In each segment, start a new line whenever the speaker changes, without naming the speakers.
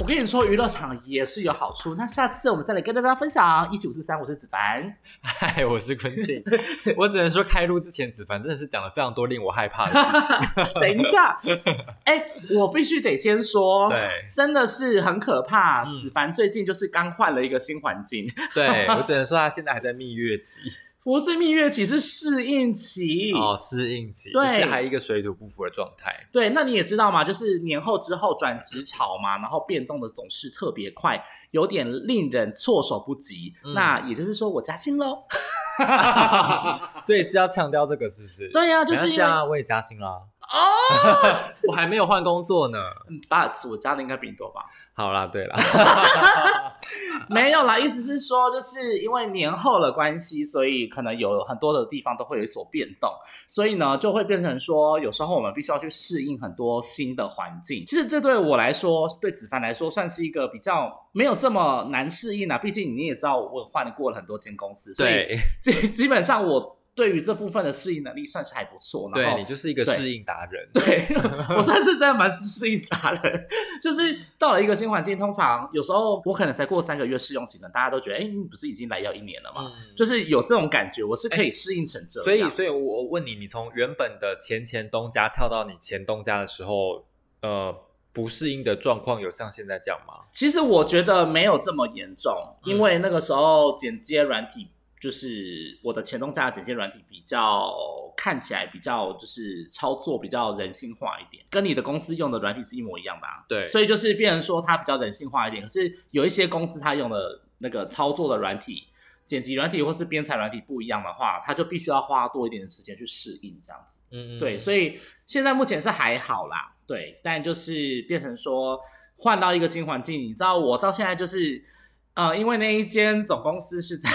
我跟你说，娱乐场也是有好处。那下次我们再来跟大家分享一起五四三，我是子凡。
嗨，我是坤庆， 我只能说开录之前，子凡真的是讲了非常多令我害怕的事情。
等一下，哎、我必须得先说，
对
真的是很可怕。
嗯
子凡最近就是刚换了一个新环 境，
对我只能说他现在还在蜜月 期
不是蜜月期，是适应期。
哦，适应期，就
对
是还一个水土不服的状态。
对，那你也知道嘛，就是年后之后转职潮嘛，然后变动的总是特别快，有点令人措手不及。
嗯
那也就是说，我加薪喽。
所以是要强调这个是不是？
对呀、就
没
是
关
因
系
为
啊，我也加薪啦。哦， 我还没有换工作呢。
嗯爸，我加的应该比你多吧？
好啦，对啦，
没有啦，意思是说，就是因为年后的关系，所以可能有很多的地方都会有所变动，所以呢，就会变成说，有时候我们必须要去适应很多新的环境。其实这对我来说，对子凡来说，算是一个比较没有这么难适应啊。毕竟你也知道，我换过了很多间公司，所以
对
基基本上我对于这部分的适应能力算是还不错。然
对，
后
你就是一个
对
适应达人。
对 我算是真的蛮适应达人，就是到了一个新环境，通常有时候我可能才过三个月试用期呢，大家都觉得，哎、你不是已经来要一年了吗？
嗯，
就是有这种感觉，我是可以适应成这样。
所以，所以我问你，你从原本的前前东家跳到你前东家的时候，呃，不适应的状况有像现在这样吗？
其实我觉得没有这么严重，
嗯
因为那个时候剪接软体就是我的前东家的剪接软体比较看起来比较就是操作比较人性化一点，跟你的公司用的软体是一模一样的、啊，
对
所以就是变成说它比较人性化一点。可是有一些公司它用的那个操作的软体。剪辑软体或是编采软体不一样的话，它就必须要花多一点的时间去适应这样子。
嗯
对，
以
所以现在目前是还好啦，对，但就是变成说换到一个新环境，你知道我到现在就是，呃，因为那一间总公司是 在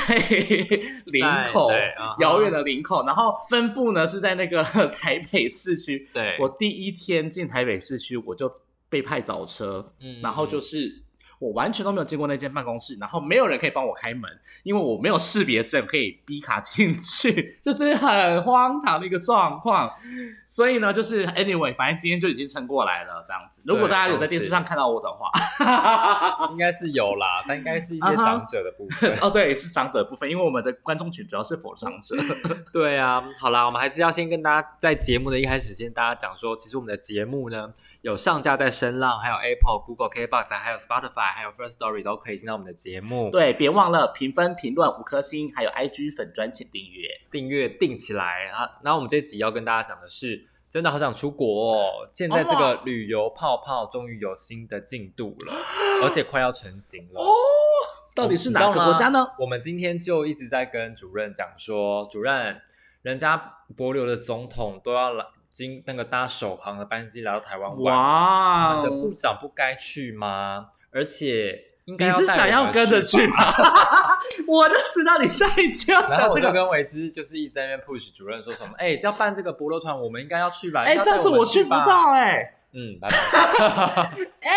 林口
对啊哈，
遥远的林口，然后分部呢是在那个 台北市区。
对
我第一天进台北市区，我就被派早车，
嗯
然后就是。我完全都没有进过那间办公室，然后没有人可以帮我开门，因为我没有识别证可以逼卡进去，就是很荒唐的一个状况。所以呢，就是 anyway，反正今天就已经撑过来了，这样子。如果大家有在电视上看到我的 话，
啊应该是有啦，但应该是一些
啊哈。
长者的部分
哦，对，是长者的部分，因为我们的观众群主要是否长者。
对啊，好啦，我们还是要先跟大家在节目的一开始，先大家讲说，其实我们的节目呢有上架在声浪，还有 Apple、Google、KBox，还有 Spotify，还有 First Story 都可以听到我们的节目。，
对，别忘了评分、评论五颗星，还有 IG 粉专请订阅。
订阅订起来啊！那我们这集要跟大家讲的是，真的好想出国哦！现在这个旅游泡泡终于有新的进度 了，而且快要成型了。
到底是哦哪个国家
哦你知道
呢？
吗？我们今天就一直在跟主任讲说，主任，人家博流的总统都要来经那个搭首航的班机来到台湾玩，我
哇
们的
哦，
部长不该去吗？而且应该
你是
带
想
我
要
们
跟着去吗
吧？？
我就知道你下一句 要
然后
讲
我
这
就
个。
跟维之就是一直在那边 push 主任说什么，哎、要办这个博罗团，我们应该要去吧？
哎，
应该
这样子
带
我
们
去
去
不
吧。
到哎。
嗯，拜拜。
哎，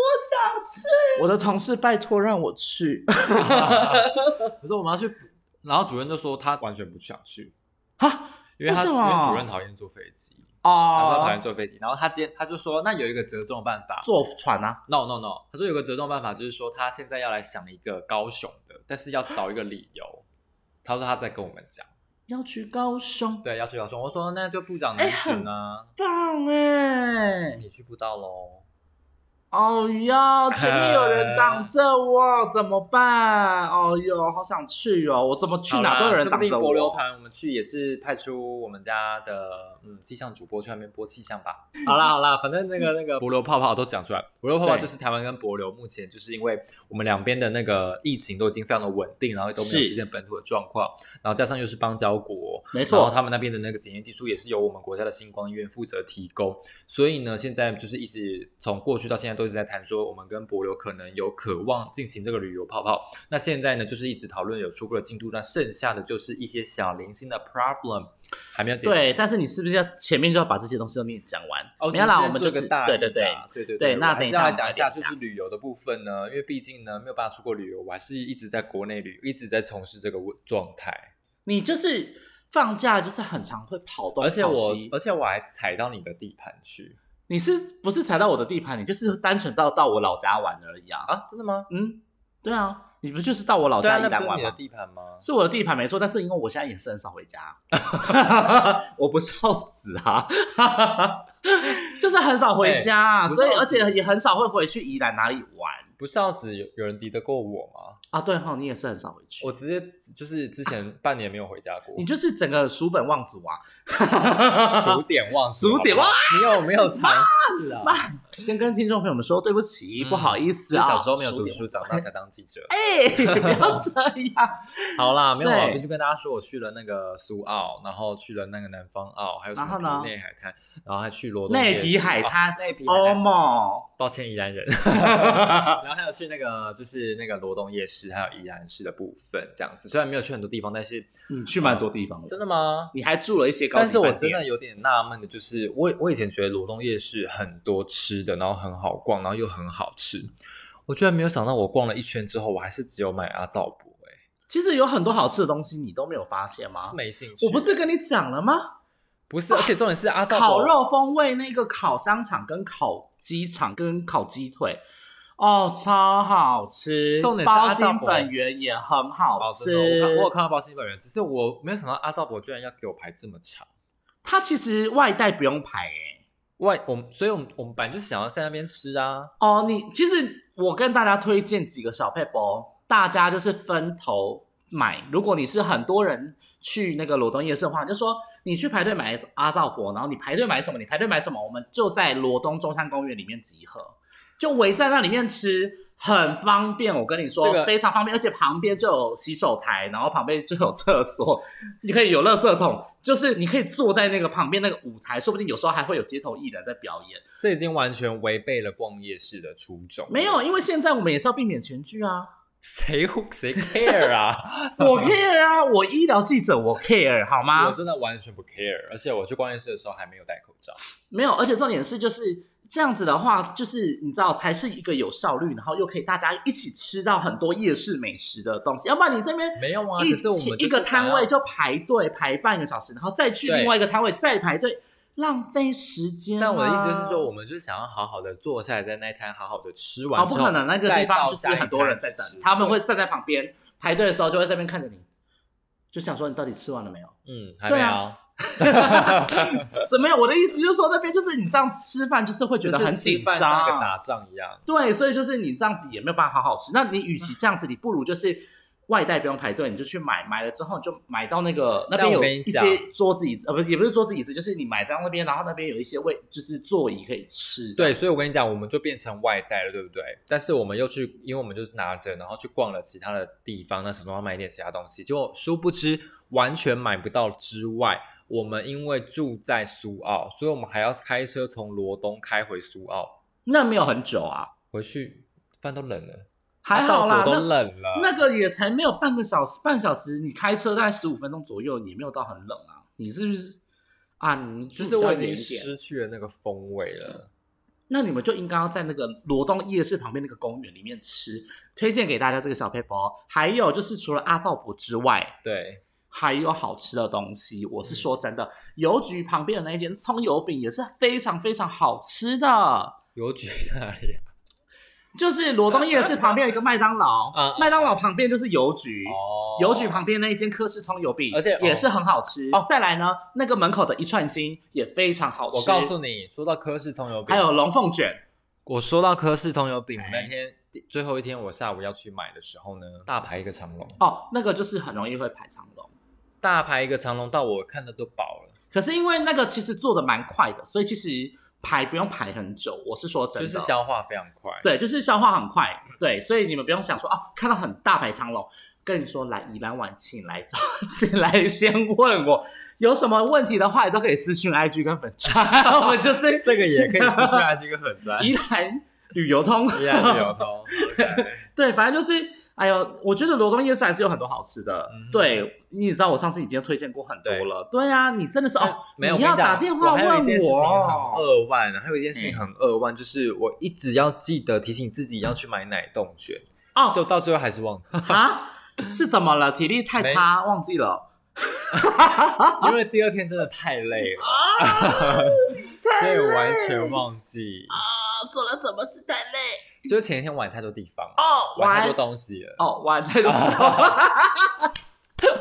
我想去。我的同事拜托让我去。
我说我们要去，然后主任就说他完全不想去，
啊
因为他
为什
因
么
为主任讨厌坐飞机，他说他讨厌
哦，
坐飞机，然后他今天他就说那有一个折中的办法
坐船啊。
，no no no，他说有个折中办法就是说他现在要来想一个高雄的，但是要找一个理由。他说他在跟我们讲，
要去高雄，
对，要去高雄。我说那就部长能
哎
选
很
啊，
棒哎！
你去不到喽。
哦哟，前面有人挡着我，怎么办？哦哟，好想去哦！我怎么去哪都有人挡着
博流
我。
团，我们去也是派出我们家的嗯气象主播去那边播气象 吧。好啦好啦，反正那个那个博流泡泡都讲出来，博流泡泡
对
就是台湾跟博流目前就是因为我们两边的那个疫情都已经非常的稳定，然后都没有
是
出现本土的状况，然后加上又是邦交国，
没
然后
错，
他们那边的那个检验技术也是由我们国家的星光医院负责提供，所以呢，现在就是一直从过去到现在都都一直在谈说，我们跟博流可能有渴望进行这个旅游泡泡。那现在呢，就是一直讨论有出过的进度，那剩下的就是一些小零星的 problem 还没有解决。
对，但是你是不是要前面就要把这些东西都念讲完？
哦，
没有啦，
只
我们就
做
是
个大
对
一
对对，
啦对对
对那
我还
等一
是
下
要来
我们
讲一
等
下，
一
就
下
是旅游的部分呢，因为毕竟呢没有办法出国旅游，我还是一直在国内旅游，一直在从事这个状态。
你就是放假就是很常会跑东
而且
跑
我
西，
而且我还踩到你的地盘去
你是不是踩到我的地盘？你就是单纯到到我老家玩而已啊。
啊？真的吗？
嗯，对啊，你不就是到我老
对啊
家，宜
那不
兰
是
玩
你的
吗？
地盘吗？
是我的地盘没错，但是因为我现在也是很少回家，啊 我不孝子啊，就是很少回家啊、
哎
所以
不
而
孝子
且也很少会回去宜兰哪里玩
不孝子有有人敌得过我吗？
啊。对哈、你也是很少回去，
我直接就是之前半年没有回家过
你，就是整个叔本望族啊。
数点忘
数点忘
好不好，你有没有尝试啊？
先跟听众朋友们说对不起，
嗯
不好意思
就
啊，
小时候没有
10
读
点
书，长大才当记者。
哎，不要这 样。
好啦，没有啊，
对
必须跟大家说，我去了那个苏澳，然后去了那个南方澳，还有什
然后
么
呢
皮内海滩，然后还去罗东
内
夜
皮
市
海
啊
滩，，Oh
内皮海
欧
滩，
梦，
抱歉宜 兰人，然后还有去那个就是那个罗东夜市，还有宜兰市的部分这样子。虽然没有去很多地方，但是
你去蛮多地方的，
真的吗？
你还住了一些高级
但是我
饭
真
店
的有点纳闷的，就是我我以前觉得罗东夜市很多吃的，然后很好逛，然后又很好吃，我居然没有想到我逛了一圈之后，我还是只有买阿皂博、欸，
其实有很多好吃的东西，你都没有发现吗？
是没兴趣。
我不是跟你讲了吗？
不是，而且重点是阿皂哦博
烤肉风味那个烤香肠、跟烤鸡肠、跟烤鸡腿，哦，超好吃。
重点是
包
阿萨
心
伯
粉圆也很好
哦，
吃
真。的，我看我有看到包心粉圆，只是我没有想到阿道伯居然要给我排这么长。
它其实外带不用排欸诶、
外，我们所以我们我们本来就是想要在那边吃啊，
哦，你其实我跟大家推荐几个小配包，大家就是分头买。如果你是很多人去那个罗东夜市的话，你就说你去排队买阿造伯，然后你排队买什么，你排队买什么，我们就在罗东中山公园里面集合，就围在那里面吃。很方便，我跟你说，
这个
非常方便，而且旁边就有洗手台，然后旁边就有厕所，你可以有垃圾桶，就是你可以坐在那个旁边那个舞台，说不定有时候还会有街头艺人在表演。
这已经完全违背了逛夜市的初衷。
没有，因为现在我们也是要避免全聚啊。
谁会谁 care 啊？
我 care 啊，我医疗记者我 care 好
我
吗？
真的完全不 care，而且我去逛夜市的时候还没有戴口罩。
没有，而且重点是就是这样子的话，就是你知道才是一个有效率，然后又可以大家一起吃到很多夜市美食的东西，要不然你这边。
没有啊，
一
可是我们就是
一个
想
摊
要
位就排队排半个小时，然后再去
对
另外一个摊位再排队，浪费时间啊。
但我的意思就是说，我们就是想要好好的坐下来，在那一摊好好的吃完
啊，
之
不
后。
可能，那个地
再
方
到
就是
下一
很多人
摊
在
去
等
吃，
他们会站在旁边排队的时候就会在那边看着你，就想说你到底吃完了没有？
嗯，还
对
没
啊
有。
什么呀？我的意思就是说，那边就是你这样吃饭，就是会觉得
就是
很
吃
紧
饭像
张
跟。打仗一样。
对，所以就是你这样子也没有办法好好吃。那你与其这样子，你不如就是外带不用排队，你就去买，买了之后你就买到那个那
但
边
我
有
跟你
一
讲
些桌子椅子，呃，不是也不是桌子椅子，就是你买到那边，然后那边有一些位，就是座椅可以吃。
对，，所以我跟你讲，我们就变成外带了，对不对？但是我们又去，因为我们就是拿着，然后去逛了其他的地方，那想说要买一点其他东西，结果殊不知完全买不到之外，我们因为住在苏澳，所以我们还要开车从罗东开回苏澳，
那没有很久啊，
回去饭都冷了，
还好啦
阿。照果都
那
冷了。
那个也才没有半个小时，半小时你开车大概十五分钟左右，也没有到很冷啊。你是不是啊？你住
就是
比较
我已经
远一点
失去了那个风味
嗯
了。
那你们就应该要在那个罗东夜市旁边那个公园里面吃，推荐给大家这个小配包。还有就是除了阿造伯之外，
对，
还有好吃的东西。我是说真的，邮局旁边的那一间葱油饼也是非常非常好吃的。
邮局在哪 里啊？
就是罗东夜市旁边有一个麦 当劳
啊，
麦当劳旁边就是邮局，
哦
邮局旁边那一间科氏葱油饼，
而且
也是很好吃
哦。
再来呢，那个门口的一串心也非常好吃。
我告诉你，说到科氏葱油饼，
还有龙凤卷，
我说到科氏葱油饼，
哎
我那天第最后一天我下午要去买的时候呢，大排一个长龙，
哦，那个就是很容易会排长龙。
大排一个长龙到我看的都饱了，
可是因为那个其实做的蛮快的，所以其实排不用排很久。我是说真
就
的，哦
是消化非常快。
对，就是消化很快，对，所以你们不用想说啊，看到很大排长龙，跟你说来宜兰晚请来找， 请来先问我有什么问题的话，你都 可以私讯 IG 跟粉专，我们就是
这个也可以私下这个很赞。
宜兰旅 游通，
依然是有头。
对，反正就是，哎呦，我觉得罗东夜市还是有很多好吃的。
嗯哼
对，你也知道我上次已经推荐过很多了。对啊，你真的是哦，
哎没有，
你要
我跟
打
讲
电话
我还
问
有一件事情很
我。哦
扼腕，还有一件事
嗯
情很扼腕，就是我一直要记得提醒自己要去买奶冻卷，
哦
就到最后还是忘记，
啊，是怎么了？体力太差，忘记了。
因为第二天真的太累了，
啊
所以完全忘记。
啊，做了什么事太累
就是前一天玩太多地方，
哦，
玩太
玩
多东西了，
哦玩太多。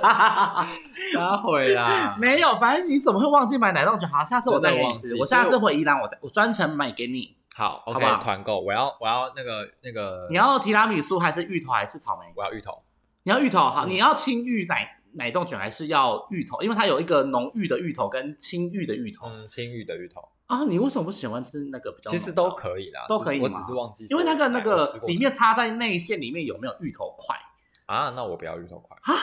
啊 撒回啦。
没有，反正你怎么会忘记买奶冻卷？好，下次我再给
真的
你
忘记
吃。我下次回宜兰，我我专程买给你。
好
好不好
，OK，团购，我要我要那个那个
你，要提拉米苏还是芋头还是草莓？
我要芋头，
你要芋头好，
嗯
你要青芋奶奶冻卷还是要芋头？因为它有一个浓郁的芋头跟青芋的芋头、
嗯，青芋的芋头，
啊。你为什么不喜欢吃那个比较？
其实都，可以啦，
都可以
只是
吗
我只是忘记
因
说
为
我
那
买，
个那
我吃
个
过
里面插在内馅里面有没有芋头块
啊，那我不要芋头块。
啊？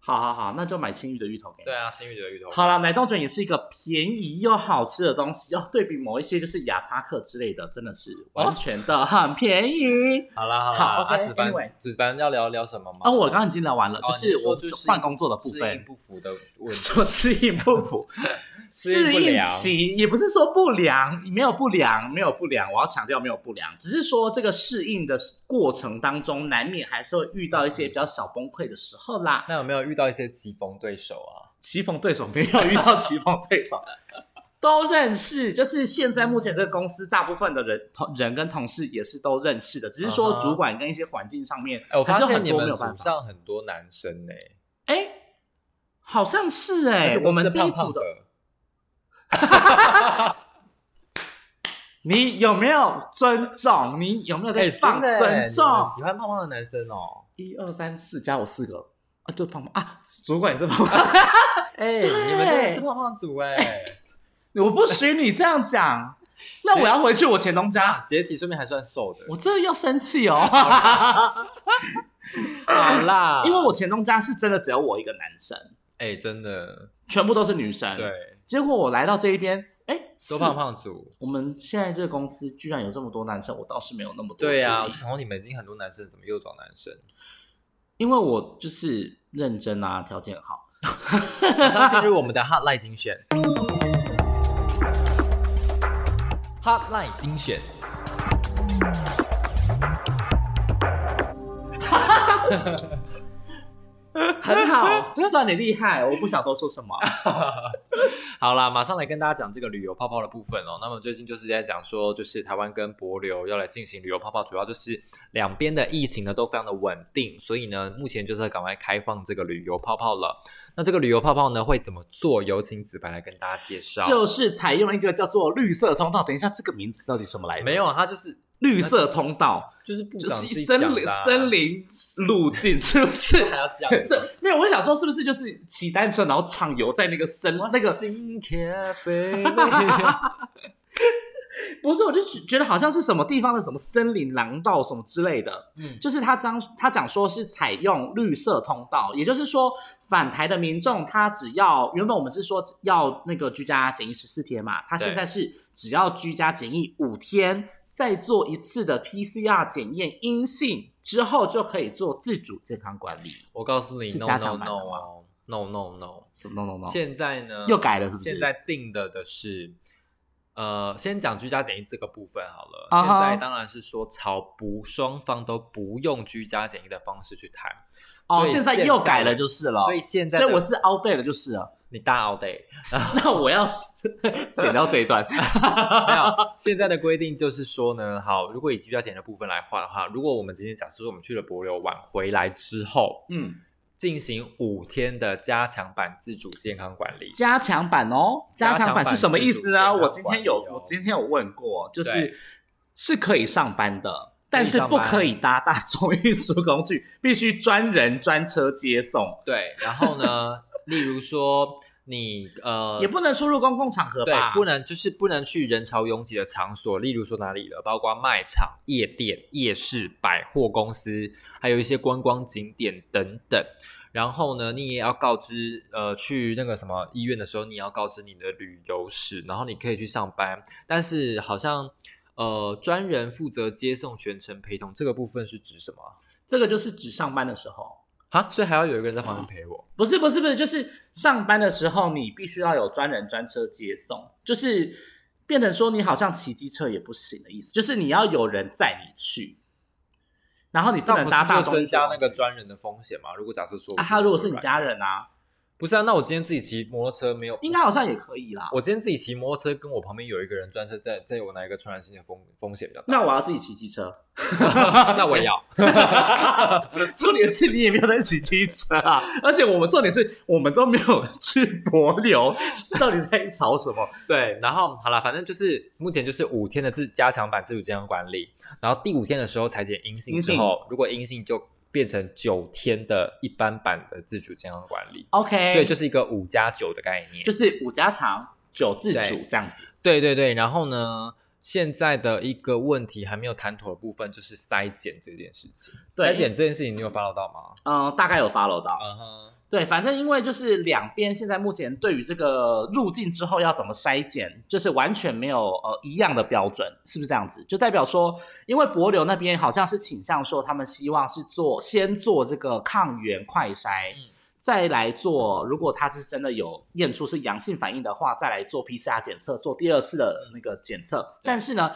好好好，那就买青芋的芋头给你。
对啊，新宇的芋头。
好了，奶冻卷也是一个便宜又好吃的东西，哦，对比某一些就是雅叉克之类的，真的是
哦
完全的很便宜。
好啦好啦，
好，OK，
啊子凡
anyway
子凡要聊聊什么吗？
啊，我刚刚已经聊完了，
哦
就是
你说
我
就是
换工作的部
适
分
应。不符的问题，
说适应不符，
适
适
应不
应
良
期也不是说不良，没有不良，没有不良，我要强调没有不良，只是说这个适应的过程当中，难免还是会遇到一
嗯
些比较小崩溃的时候啦。
那有没有遇到一些棋逢对手啊？
棋逢对手没有遇到棋逢 对手，都认识。就是现在目前这个公司大部分的人同人跟同事也是都认识的，只是说
嗯哼
主管跟一些环境上面，
哎、我
还
发
是有
现
很
你
多没
们
有办
组
法。
上很多男生呢、
哎、好像是
而
哎、
且都
我们
是
这一
胖胖
组
的
的。你有没有尊重？你有没有在
哎、
放
真的欸
尊重
你们？喜欢胖胖的男生 哦、
一二三四加我四个啊，就胖胖 啊，主管也是胖 胖。
哎、你们真的是胖胖组哎、
我不许你这样讲，那我要回去我前东家，
杰奇说明还算瘦的。
我真的要 生气
啊
哦。
好啦
因为我前东家是真的只有我一个男生，
哎、真的
全部都是女生。，
对，
结果我来到这一边，哎、
都
四
胖。胖组。
我们现在这个公司居然有这么多男生，我倒是没有那么多。
对啊，我就想说你们已经很多男生，怎么又找男生？
因为我就是认真啊，条件好。
马上进入我们的 Hotline 精选。Hotline 精选，
很好，算你厉害，我不想多说 什么。
好啦，马上来跟大家讲这个旅游泡泡的部分哦。那么最近就是在讲说，就是台湾跟博流要来进行旅游泡泡，主要就是两边的疫情呢都非常的稳定，所以呢，目前就是要赶快开放这个旅游泡泡了。那这个旅游泡泡呢会怎么做？有请子凡来跟大家介绍。
就是采用一个叫做绿色通道，等一下这个名字到底什么来的？
没有，啊，他就是
绿色通道，
就是部
就
长
是
自己
森
讲
林
的啊
森林路径，是不是？
还要讲
对， 没有，我想说是不是就是骑单车然后畅游在那个森那个？
心咖啡。
不是，我就觉得好像是什么地方的什么森林廊道什么之类的。
嗯
就是他讲他讲说是采用绿色通道，也就是说返台的民众他只要原本我们是说要那个居家检疫十四天嘛，他
对
现在是只要居家检疫五天，再做一次的 PCR 检验阴性之后就可以做自主健康管理。
我告诉你
是
，no
加
no
强
no
版的吗
哦，no no no。
什么 no no no？
现在呢，
又改了是不是？
现在定的的是，呃，先讲居家检疫这个部分好了。
啊哈
现在当然是说朝不双方都不用居家检疫的方式去谈。
哦，
所以
现在又改了就是了。
所以现在的，
所以我是 out day 了就是了。
你大 all day
那我要剪掉这一 段。
没有，现在的规定就是说呢，好，如果以居家检疫的部分来画的话，如果我们今天假设说我们去了博流晚回来之后，
嗯，
进行五天的加强版自主健康管理，
加强版哦，加
加
强
强
版
版
是什么意思呢？
自主健康
我今天有，
管理哦
我今天有问过，就是
对
是可以上班的，但是
上
不
班
可以搭大众运输 工具，必须专人专车接送，
对，然后呢，例如说你呃，
也不能出入公共场合
对
吧？，
不能就是不能去人潮拥挤的场所，例如说哪里了，包括卖场、夜店、夜市、百货公司，还有一些观光景点等等。然后呢，你也要告知，呃，去那个什么医院的时候，你也要告知你的旅游史，然后你可以去上班，但是好像。呃，专人负责接送全程陪同这个部分是指什么啊？
这个就是指上班的时候，
哈，所以还要有一个人在旁边陪我。
不是不是不是，就是上班的时候你必须要有专人专车接送，就是变成说你好像骑机车也不行的意思，就是你要有人载你去，然后你不
那
能
不
搭
是
大
就
众
增加
运输
那个专人的风险吗？如果假设说
啊，他如果是你
软
家人啊，
不是啊，那我今天自己骑摩托车没有，
应该好像也可以啦。
我今天自己骑摩托车，跟我旁边有一个人专车在，在我哪一个传染性的风风险比较大？
那我要自己骑机车，
那我也要。
重点是你也没有在骑机车啊，而且我们重点是我们都没有去柏流，到底在吵什么？
对，然后好了，反正就是目前就是五天的自加强版自主健康管理，然后第五天的时候裁剪阴性
阴
之
性
后，如果阴性就变成九天的一般版的自主健康管理，
OK，
所以就是一个五加九的概念。
哎就是五家常九自主
对
这样子。
对对对，然后呢，现在的一个问题还没有谈妥的部分就是筛检这件事情。
对
筛检这件事情你有 follow 到吗？
嗯，大概有 follow 到。
嗯哼，
对，反正因为就是两边现在目前对于这个入境之后要怎么筛检，就是完全没有呃一样的标准，是不是这样子？就代表说，因为博流那边好像是倾向说，他们希望是做先做这个抗原快筛，
嗯
再来做，如果他是真的有验出是阳性反应的话，再来做 PCR 检测，做第二次的那个检测。但是呢，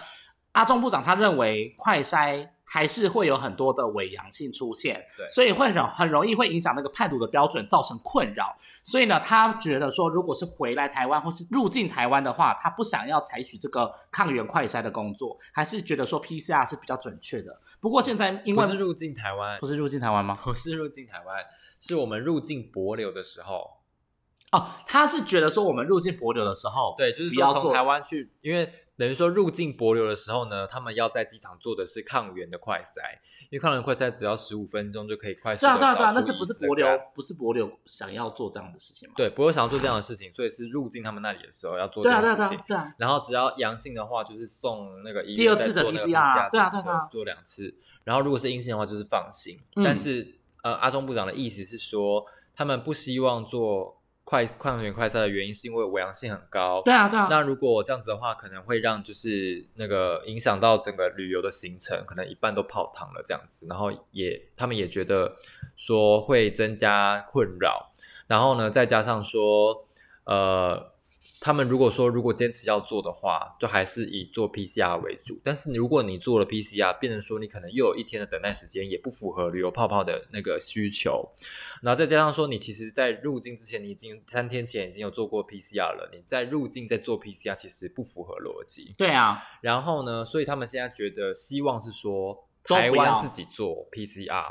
阿中部长他认为快筛还是会有很多的伪阳性出现，
对
所以会很很容易会影响那个判读的标准，造成困扰。所以呢，他觉得说，如果是回来台湾或是入境台湾的话，他不想要采取这个抗原快筛的工作，还是觉得说 PCR 是比较准确的。不过现在因
不
为
是入境台湾
不，是入境台湾吗？
不是入境台湾，是我们入境博流的时候。
哦，他是觉得说我们入境博流的时候，
对，就是
不
说
要
从
做
台湾去，因为等于说入境博流的时候呢，他们要在机场做的是抗原的快筛，因为抗原快筛只要十五分钟就可以快速
对
的找
啊
出
对啊对啊，那
疑
是
似
不是
的
博流
感染？？
不是博流想要做这样的事情吗？
对，博流想要做这样的事情，所以是入境他们那里的时候要做这
对
件
啊对
事
啊
情。
对啊对啊，
然后只要阳性的话，就是送那个医院
第二次
再
的
做那个
PCR 对
PCR 检
啊
测
对啊对啊
做两次。然后如果是阴性的话，就是放行。
嗯
但是呃，阿中部长的意思是说，他们不希望做快抗原快筛的原因，是因为伪阳性很高。
对啊对啊，
那如果这样子的话，可能会让就是那个影响到整个旅游的行程，可能一半都泡汤了这样子。然后也他们也觉得说会增加困扰，然后呢再加上说，呃，他们如果说如果坚持要做的话，就还是以做 PCR 为主。但是如果你做了 PCR，变成说你可能又有一天的等待时间，也不符合旅游泡泡的那个需求。然后再加上说，你其实，在入境之前，你已经三天前已经有做过 PCR 了，你在入境再做 PCR，其实不符合逻辑。
对啊，
然后呢，所以他们现在觉得希望是说，
都不
台
要
湾自己做 PCR，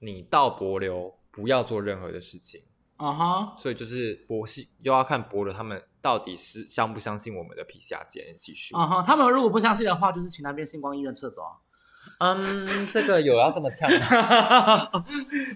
你到博流不要做任何的事情。
嗯哼，
所以就是博系又要看博流他们到底是相不相信我们的 PCR 检验技术。
嗯哼，他们如果不相信的话，就是请那边星光医院撤走啊。
嗯，这个有要这么呛吗？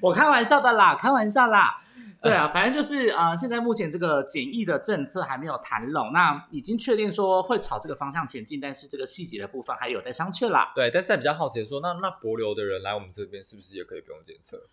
我开玩笑的啦，开玩笑啦。对啊，反正就是啊、呃现在目前这个简易的政策还没有谈拢，那已经确定说会朝这个方向前进，但是这个细节的部分还有待商榷啦。
对，但是比较好奇的说，那那博流的人来我们这边是不是也可以不用检测？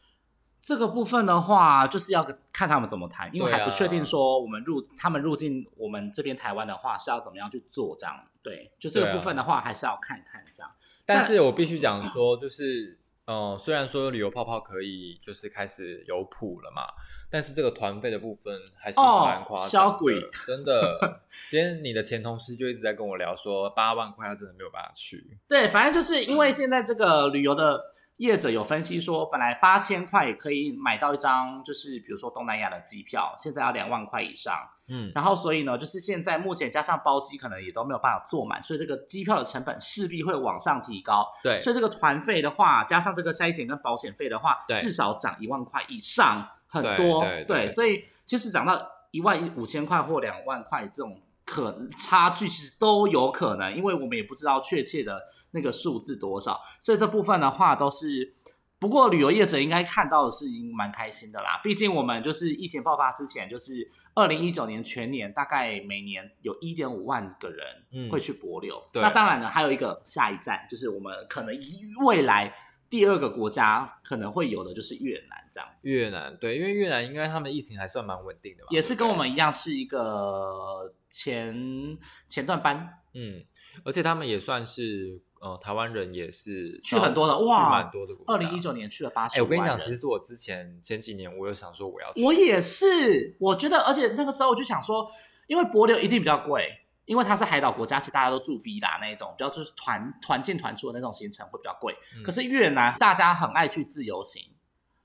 这个部分的话，就是要看他们怎么谈，因为
对啊
还不确定说我们入他们入境我们这边台湾的话是要怎么样去做这样。对，就这
对
个
啊
部分的话，还是要看看这样。
但是我必须讲说，就是，呃，虽然说旅游泡泡可以就是开始有谱了嘛，但是这个团费的部分还是
哦
蛮夸
小
张的，
鬼
真的。今天你的前同事就一直在跟我聊说，八万块他真的没有办法去，
对，反正就是因为现在这个旅游的业者有分析说，本来八千块也可以买到一张，就是比如说东南亚的机票，现在要两万块以上。
嗯，
然后所以呢，就是现在目前加上包机，可能也都没有办法坐满，所以这个机票的成本势必会往上提高。
对，
所以这个团费的话，加上这个筛检跟保险费的话，
对
至少涨一万块以上，很多。
对对对
所以其实涨到一万五千块或两万块这种可差距，其实都有可能，因为我们也不知道确切的那个数字多少，所以这部分的话都是。不过旅游业者应该看到的是，已经蛮开心的啦。毕竟我们就是疫情爆发之前，就是二零一九年全年大概每年有一点五万个人
嗯
会去博流。
对
那当然呢，还有一个下一站，就是我们可能未来第二个国家可能会有的就是越南这样子，
越南对，因为越南应该他们疫情还算蛮稳定的吧，
也是跟我们一样是一个前前段班，
嗯，而且他们也算是呃，台湾人也是
去很多的
去
哇
蛮多的国
二
家。
零一九年去了八十。
啊哎、我跟你讲，其实我之前前几年我有想说我要去，
我也是，我觉得，而且那个时候我就想说，因为帛琉一定比较贵，因为它是海岛国家，其实大家都住 villa 那一种，比较就是团团进团出的那种行程会比较贵。
嗯
可是越南大家很爱去自由行，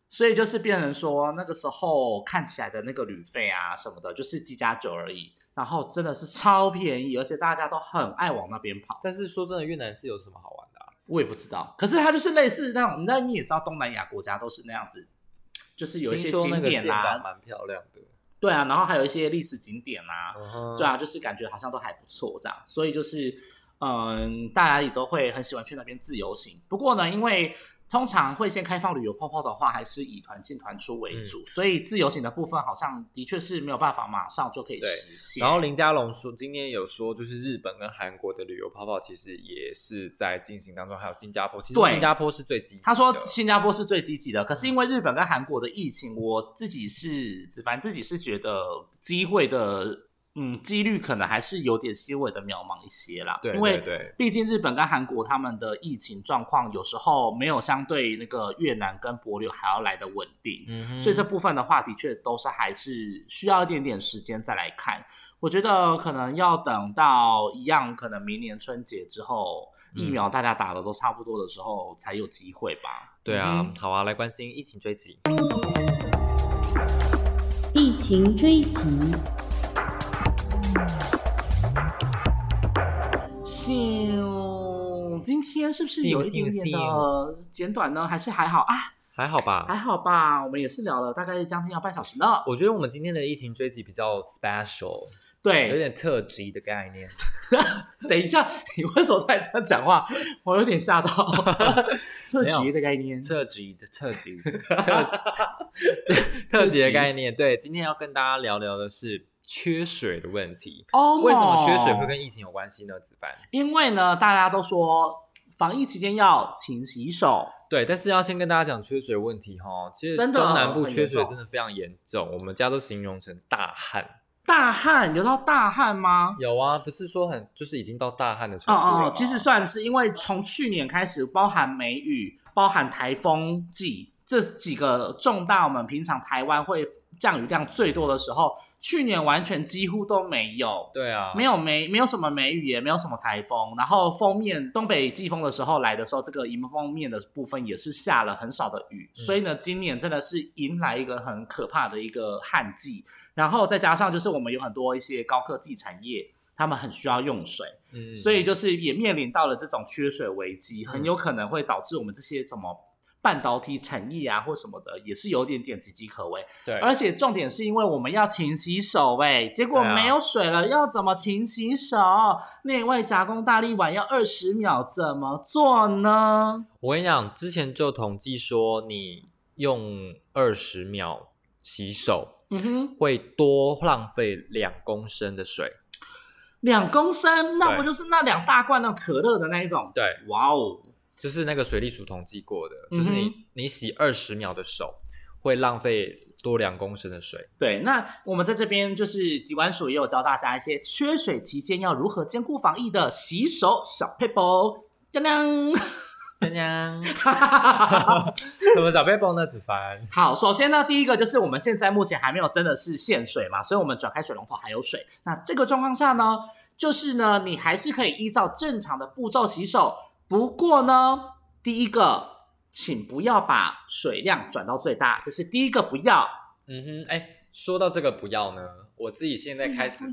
所以就是变成说那个时候看起来的那个旅费啊什么的，就是几加九而已，然后真的是超便宜，而且大家都很爱往那边跑。
但是说真的，越南是有什么好玩的、啊？
我也不知道，可是它就是类似那种，那你也知道东南亚国家都是那样子，就是有一些
听说那
景
个
点
岘港
啊，
蛮漂亮的。
对啊，然后还有一些历史景点啊，对
啊，
啊，就是感觉好像都还不错这样，所以就是嗯，大家也都会很喜欢去那边自由行。不过呢，因为通常会先开放旅游泡泡的话，还是以团进团出
嗯
为主，所以自由行的部分好像的确是没有办法马上就可以
对
实现。
然后林佳龙说，今天有说，就是日本跟韩国的旅游泡泡其实也是在进行当中，还有新加坡，其实
对
新加坡是最积极的。嗯
他说新加坡是最积极的，可是因为日本跟韩国的疫情，我自己是反正自己是觉得机会的嗯几率可能还是有点细微的渺茫一些啦，
对，
因为
对对
毕竟日本跟韩国他们的疫情状况有时候没有相对那个越南跟帛琉还要来的稳定，
嗯哼
所以这部分的话，的确都是还是需要一点点时间再来看。我觉得可能要等到一样，可能明年春节之后，
嗯
疫苗大家打的都差不多的时候，才有机会吧。
对啊，
嗯
好啊，来关心疫情追击。
疫情追击。
信今天是不是
信
有一点
信
点的简短呢？还是还好啊？
还好吧
还，好吧，我们也是聊了大概将近要半小时呢。
我觉得我们今天的疫情追击比较 special，有
对，
点特辑的概念。
等一下，你为什么突然这样讲 话？我有点吓到。 特
没有
级的概 念，
特辑的特辑特 特辑的概念，对，今天要跟大家聊聊的是缺水的问题。
哦
为什么缺水会跟疫情有关系呢？子凡，
因为呢，大家都说防疫期间要勤洗手，
对，但是要先跟大家讲缺水问题哈。其实
真
中
的
南部
很
缺水
严重
真的非常哦严重，我们家都形容成大旱。
大汗流到大汗吗？
有啊，不是说很就是已经到大旱的程
哦
度了啊
哦，
吗
哦，其实算是，因为从去年开始，包含梅雨、包含台风季这几个重大，我们平常台湾会降雨量最多的时候，去年完全几乎都没有。
对啊，
没有梅，没有什么梅雨，也没有什么台风。然后封面东北季风的时候来的时候，这个迎风面的部分也是下了很少的雨，
嗯
所以呢，今年真的是迎来一个很可怕的一个旱季。然后再加上就是我们有很多一些高科技产业，他们很需要用水，
嗯，
所以就是也面临到了这种缺水危机，很
嗯
有可能会导致我们这些什么。半导体产业啊，或什么的，也是有点点岌岌可危。
对，
而且重点是因为我们要勤洗手、哎，结果
对啊
没有水了，要怎么勤洗手？内外夹攻大力丸要二十秒，怎么做呢？
我跟你讲，之前就统计说，你用二十秒洗手
嗯哼，
会多浪费两公升的水。
两公升，那
对
不就是那两大罐那种可乐的那一种？
对，
哇哦，
就是那个水利署统计过的，
嗯哼
就是你你洗二十秒的手会浪费多两公升的 水。
对，那我们在这边就是疾管署也有教大家一些缺水期间要如何兼顾防疫的洗手小 p a p e 当当。
怎样？什么小背包呢？子凡？
好，首先呢，第一个就是我们现在目前还没有真的是限水嘛，所以我们转开水龙头还有水。那这个状况下呢，就是呢，你还是可以依照正常的步骤洗手，不过呢，第一个，请不要把水量转到最大，这是第一个不要。
嗯哼，哎、说到这个不要呢，我自己现在开始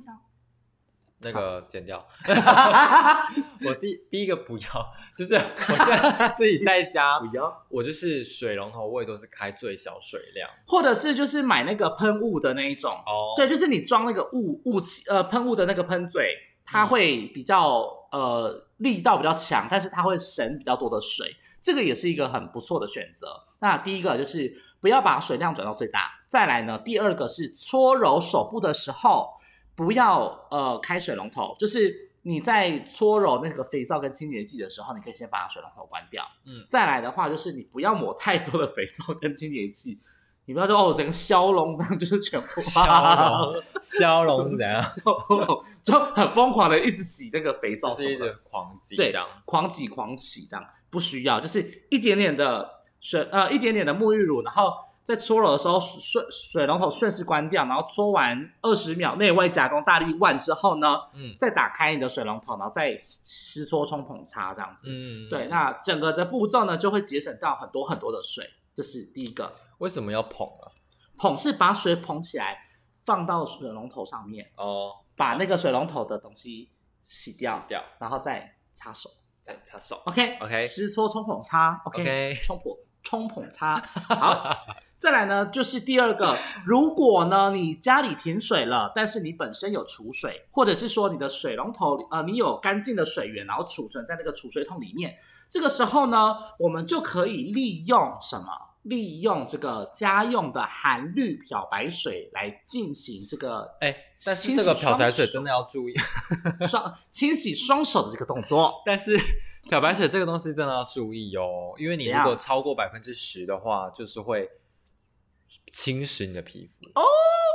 那个剪掉。 我第第一个不要，就是我现在自己在家不要，我就是水龙头我也都是开最小水量
或者是就是买那个喷雾的那一种，
哦。
对，就是你装那个雾雾气呃喷雾的那个喷嘴，它会比较呃力道比较强，但是它会省比较多的水，这个也是一个很不错的选择。那第一个就是不要把水量转到最大，再来呢，第二个是搓揉手部的时候不要呃开水龙头，就是。你在搓揉那个肥皂跟清洁剂的时候，你可以先把水龙头关掉。
嗯，
再来的话就是你不要抹太多的肥皂跟清洁剂，你不要说哦，整个消融，那就是全部
消 融消融是怎样？
消融，就很疯狂的一直挤那个肥皂
就
什
是一
么的，
直狂挤这
对
样。，
狂挤狂洗这样，不需要，就是一点点的水，呃，一点点的沐浴乳，然后在搓揉的时候，水水龙头顺势关掉，然后搓完二十秒内外夹攻大力腕之后呢，
嗯
再打开你的水龙头，然后再湿搓冲捧擦这样子。
嗯，
对，那整个的步骤呢，就会节省到很多很多的水，这是第一个。
为什么要捧啊？
捧是把水捧起来，放到水龙头上面，
哦，
把那个水龙头的东西洗掉，
掉，
然后再擦手。
再擦手。
OK
OK
湿搓冲捧擦 OK,
OK
哎冲捧冲捧擦好。再来呢，就是第二个，如果呢你家里停水了，但是你本身有储水，或者是说你的水龙头呃你有干净的水源，然后储存在那个储水桶里面，这个时候呢，我们就可以利用什么？利用这个家用的含氯漂白水来进行这个
哎，但是这个漂白水真的要注意，
双清洗双手的这个动 作。
但 是漂白水这个东西真的要注意哦，因为你
怎
如
样
果超过百分之十的话，就是会侵蚀你的皮肤
哦。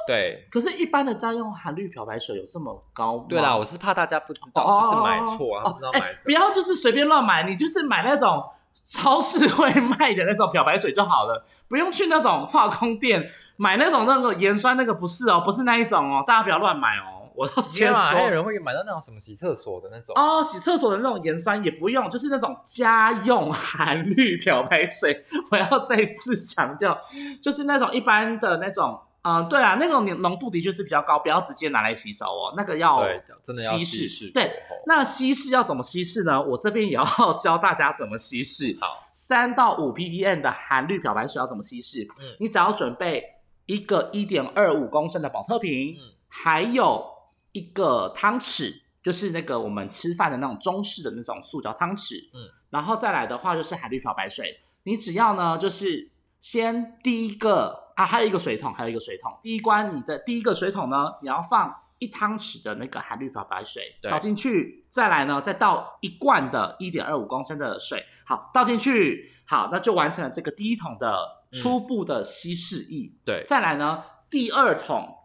对，
可是，一般的家用含氯漂白水有这么高吗？
对啦，我是怕大家不知道，
哦，
就是买错啊，
哦
不知道
哎
买什
不
么。
要就是随便乱买，你就是买那种超市会卖的那种漂白水就好了，不用去那种化工店买那种那个盐酸那个不是哦，不是那一种哦，大家不要乱买哦。我要
天
先
啊，还有
说。
人会买到那种什么洗厕所的那种，
哦，洗厕所的那种盐酸也不用，就是那种家用含氯漂白水。我要再次强调，就是那种一般的那种，嗯、对啊，那种浓度的确是比较高，不要直接拿来洗手哦，那个要
对，真的要
稀释
试
对
过后
那稀释要怎么稀释呢？我这边也要 教大家怎么稀释。
好，
三到五 ppm 的含氯漂白水要怎么稀释？
嗯
你只要准备一个一点二五公升的保特瓶，
嗯
还有一个汤匙，就是那个我们吃饭的那种中式的那种塑胶汤匙，
嗯，
然后再来的话就是含氯漂白水，你只要呢就是先第一个啊，还有一个水桶，还有一个水桶，第一关你的第一个水桶呢，你要放一汤匙的那个含氯漂白水
对
倒进去，再来呢再倒一罐的一点二五公升的水，好倒进去，好那就完成了这个第一桶的初步的稀释液。
对，
再来呢，第二桶，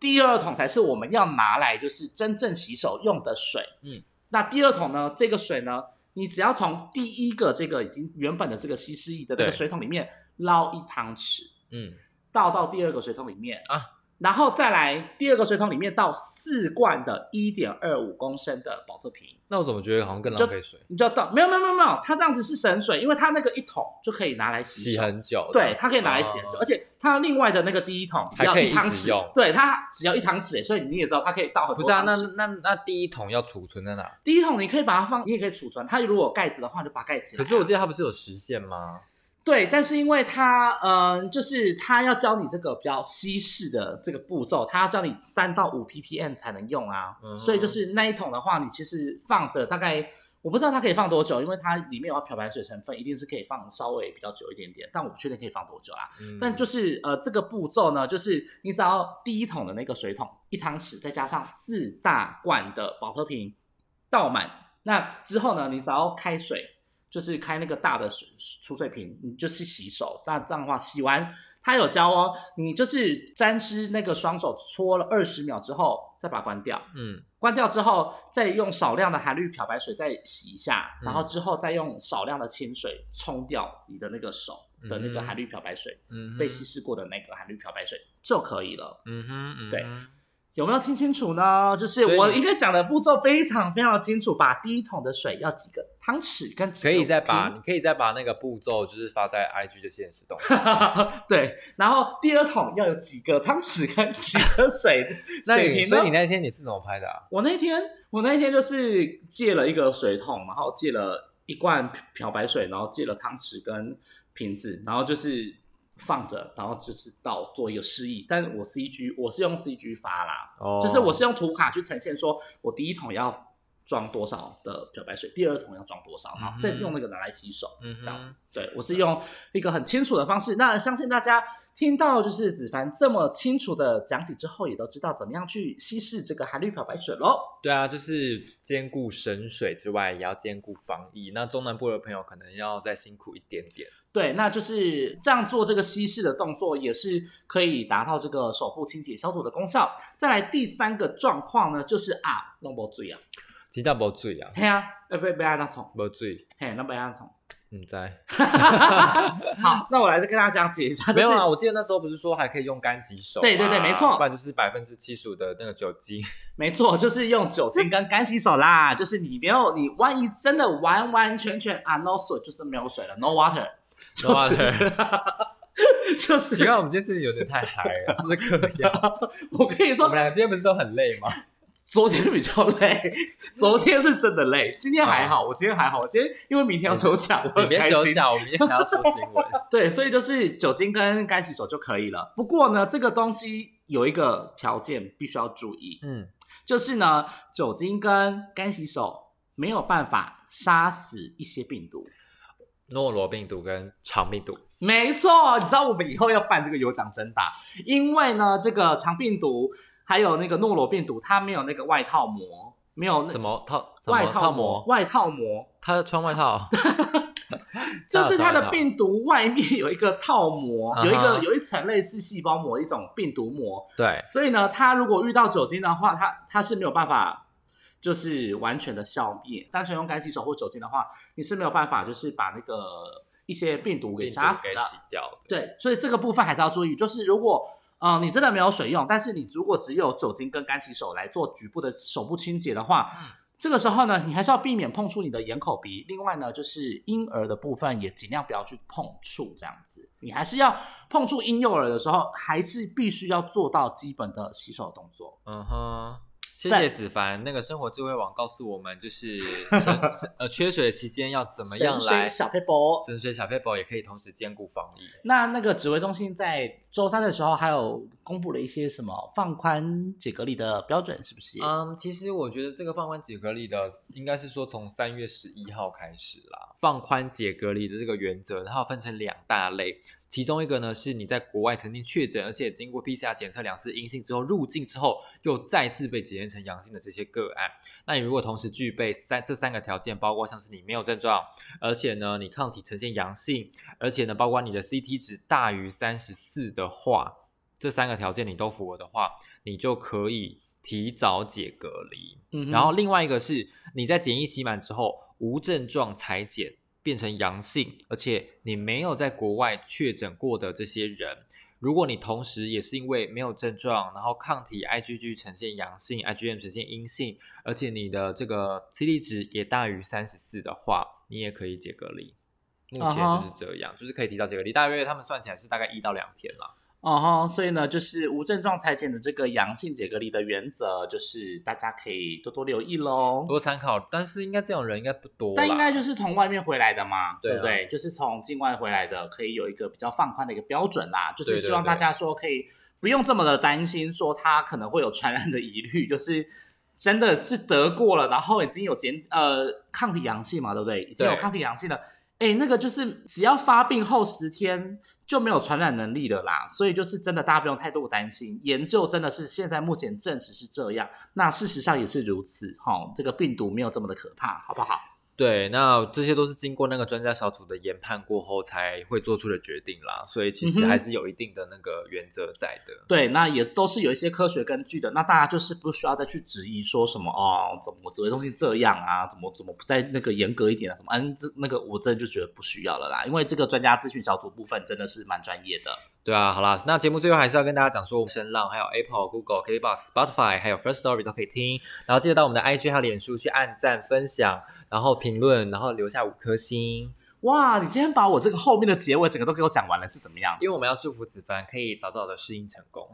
第二桶才是我们要拿来就是真正洗手用的水。
嗯，
那第二桶呢，这个水呢，你只要从第一个这个已经原本的这个稀释液的那
对
个水桶里面捞一汤匙，
嗯，
倒到第二个水桶里面
啊。
然后再来第二个水桶里面倒四罐的一点二五公升的保特瓶，
那我怎么觉得好像更
就
浪费水，
你就要倒没有没有没有没有，它这样子是省水，因为它那个一桶就可以拿来洗
洗
手。
很久，
对，它可以拿来洗很久，
哦
而且它另外的那个第一桶
还
要
可以
一汤
一直用
匙，对，它只要一汤匙，所以你也知道它可以倒很
不
多
是啊，
汤匙。
那那那第一桶要储存在哪？
第一桶你可以把它放，你也可以储存。它如果有盖子的话，就把它盖起来啊。
可是我记得它不是有时限吗？
对，但是因为它，嗯、就是它要教你这个比较稀释的这个步骤，它要教你三到五 ppm 才能用啊。
嗯
所以就是那一桶的话，你其实放着大概。我不知道它可以放多久，因为它里面有漂白水成分，一定是可以放稍微比较久一点点，但我不确定可以放多久啊啦。
嗯
但就是呃，这个步骤呢，就是你只要第一桶的那个水桶一汤匙，再加上四大罐的保特瓶倒满，那之后呢，你只要开水，就是开那个大的水储水瓶，你就是洗手。那这样的话，洗完它有教哦，你就是沾湿那个双手搓了二十秒之后，再把它关掉。
嗯，
关掉之后，再用少量的含氯漂白水再洗一下，
嗯
然后之后再用少量的清水冲掉你的那个手的那个
嗯
含氯漂白水。
嗯哼
被稀释过的那个含氯漂白水就可以了。
嗯哼，嗯哼
对有没有听清楚呢？就是
所以
我
你
应该讲的步骤非常非常的清楚，把第一桶的水要几个汤匙跟几个
可以再把，你
瓶
可以再把那个步骤就是发在 IG 的现实动态，
对，然后第二桶要有几个汤匙跟几 个水
那
水
你
瓶
所
呢
以你？那天你是怎么拍的啊？
我那天我那天就是借了一个水桶，然后借了一罐漂白水，然后借了汤匙跟瓶子，然后就是放着，然后就是到做一个示意。但我 CG 我是用 CG 发啦，
哦
就是我是用图卡去呈现，说我第一桶要装多少的漂白水，第二桶要装多少，然后再
嗯哼
用那个拿来洗手。
嗯哼，
这样子。对我是用一个很清楚的方式。那相信大家听到就是子凡这么清楚的讲解之后，也都知道怎么样去稀释这个含氯漂白水喽。
对啊，就是兼顾省水之外，也要兼顾防疫。那中南部的朋友可能要再辛苦一点点。
对，那就是这样做这个稀释的动作，也是可以达到这个手部清洁消毒的功效。再来第三个状况呢，就是啊，弄不醉啊，
真正无水啊，
嘿啊，呃，不不要那虫，
无水，
嘿，那不要那虫。
唔知。
好， 那我来跟大家讲解一下，
没
就
有
是
啊，我记得那时候不是说还可以用干洗手、啊？
对对对没错
不然就是百分之七十五的那个酒精。
没错，就是用酒精跟干洗手啦。就是你没有，你万一真的完完全全啊 no 水，就是没有水了，no water，
No
就是就
奇
是
怪，我们今天自己有点太嗨了，是不是嗑药？
我跟你
我
说
们，俩今天不是都很累吗？
昨天比较 累，昨天是真的累，今天还好，我今天还好，我今天因为明天要休假，我
你
很
别
开
休
心。
假，我们今天还要说新闻。
对，所以就是酒精跟干洗手就可以了。不过呢，这个东西有一个条件必须要注意，
嗯，
就是呢，酒精跟干洗手没有办法杀死一些病毒。
诺罗病毒跟肠病毒，
没错，你知道我们以后要办这个有奖征答，因为呢，这个肠病毒还有那个诺罗病毒，它没有那个外套膜，没有那
什么套什
外
么
套
套
膜，
膜？
外套膜
他穿外 套，
就是它
外
的
套
病毒外面有一个套膜，有一
啊
个
哈
有一层类似细胞膜一种病毒膜，
对，
所以呢，它如果遇到酒精的话，它它是没有办法。就是完全的消灭，单纯用干洗手或酒精的话，你是没有办法，就是把那个一些病毒给
病毒
杀死
给
的。
洗掉。
对，所以这个部分还是要注意，就是如果呃你真的没有水用，但是你如果只有酒精跟干洗手来做局部的手部清洁的话，
嗯
这个时候呢，你还是要避免碰触你的眼口鼻。另外呢，就是婴儿的部分也尽量不要去碰触，这样子，你还是要碰触婴幼儿的时候，还是必须要做到基本的洗手动作。
嗯哼，谢
在
谢子凡。那个生活智慧网告诉我们，就是 省呃缺水期间要怎么样
神
来
水小 p a
省水小 paper，也可以同时兼顾防疫。
那那个指挥中心在周三的时候，还有公布了一些什么放宽解隔离的标准，是不是？
嗯，其实我觉得这个放宽解隔离的，应该是说从三月十一号开始啦。放宽解隔离的这个原则，它有分成两大类，其中一个呢是你在国外曾经确诊，而且经过 PCR 检测两次阴性之后入境之后，又再次被检验成阳性的这些个案。那你如果同时具备三这三个条件，包括像是你没有症状，而且呢你抗体呈现阳性，而且呢包括你的 CT 值大于三十四的话，这三个条件你都符合的话，你就可以提早解隔离。
嗯哼
然后另外一个是你在检疫期满之后无症状裁剪变成阳性，而且你没有在国外确诊过的这些人。如果你同时也是因为没有症状，然后抗体 IgG 呈现阳性，IgM 呈现阴性，而且你的这个 CD 值也大于三十四的话，你也可以解隔离。目前
啊
就
哈
是这样就是可以提早解隔离。大约他们算起来是大概一到两天啦。
哦吼，所以呢，就是无症状裁剪的这个阳性解隔离的原则，就是大家可以多多留意喽。
多参考，但是应该这种人应该不多啦。
但应该就是从外面回来的嘛，
对啊
不对？就是从境外回来的，可以有一个比较放宽的一个标准啦，就是
对对
希望大家说可以不用这么的担心，说他可能会有传染的疑虑，就是。真的是得过了，然后已经有检呃抗体阳性嘛，对不对？已经有
对
抗体阳性了，哎，那个就是只要发病后十天就没有传染能力了啦，所以就是真的大家不用太多担心。研究真的是现在目前证实是这样，那事实上也是如此，哈、这个病毒没有这么的可怕，好不好？
对，那这些都是经过那个专家小组的研判过后才会做出的决定啦，所以其
嗯
实
哼
还是有一定的那个原则在的。
对，那也都是有一些科学根据的。那大家就是不需要再去质疑说什么哦，怎么指挥中心这样啊，怎么怎么不再那个严格一点啊，什么嗯，这那个我真的就觉得不需要了啦，因为这个专家咨询小组部分真的是蛮专业的。
对啊，好啦，那节目最后还是要跟大家讲说，我们声浪还有 Apple、Google、KBox、Spotify 还有 First Story 都可以听，然后记得到我们的 IG 还有脸书去按赞、分享，然后评论，然后留下五颗星，
哇，你今天把我这个后面的结尾整个都给我讲完了，是怎么样？
因为我们要祝福子凡可以早早的适应成功。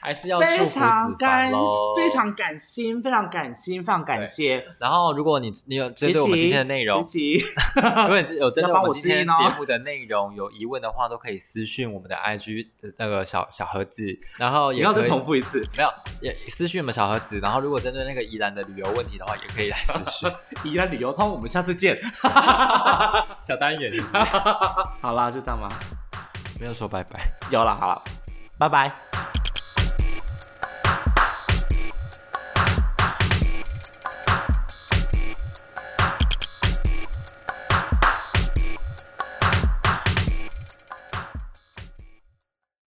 还是要祝福
非
子
常
凡
感
喽，
非。常感心，非常感心，非常感谢。
然后，如果你你有针对我们今天的内容，
琪 琪
如果你有针对
要帮
我们
我
今天
吃一哦
节目的内容有疑问的话，都可以私讯我们的 IG 的那个小小盒子，然后
不
也
要再
可以
重复一次。
没有也私讯我们小盒子。然后，如果针对那个宜兰的旅游问题的话，也可以来私讯
宜兰旅游通，我们下次见。
小单元，
好啦，就这样吧。
没有说拜拜。
有了，好了，拜拜。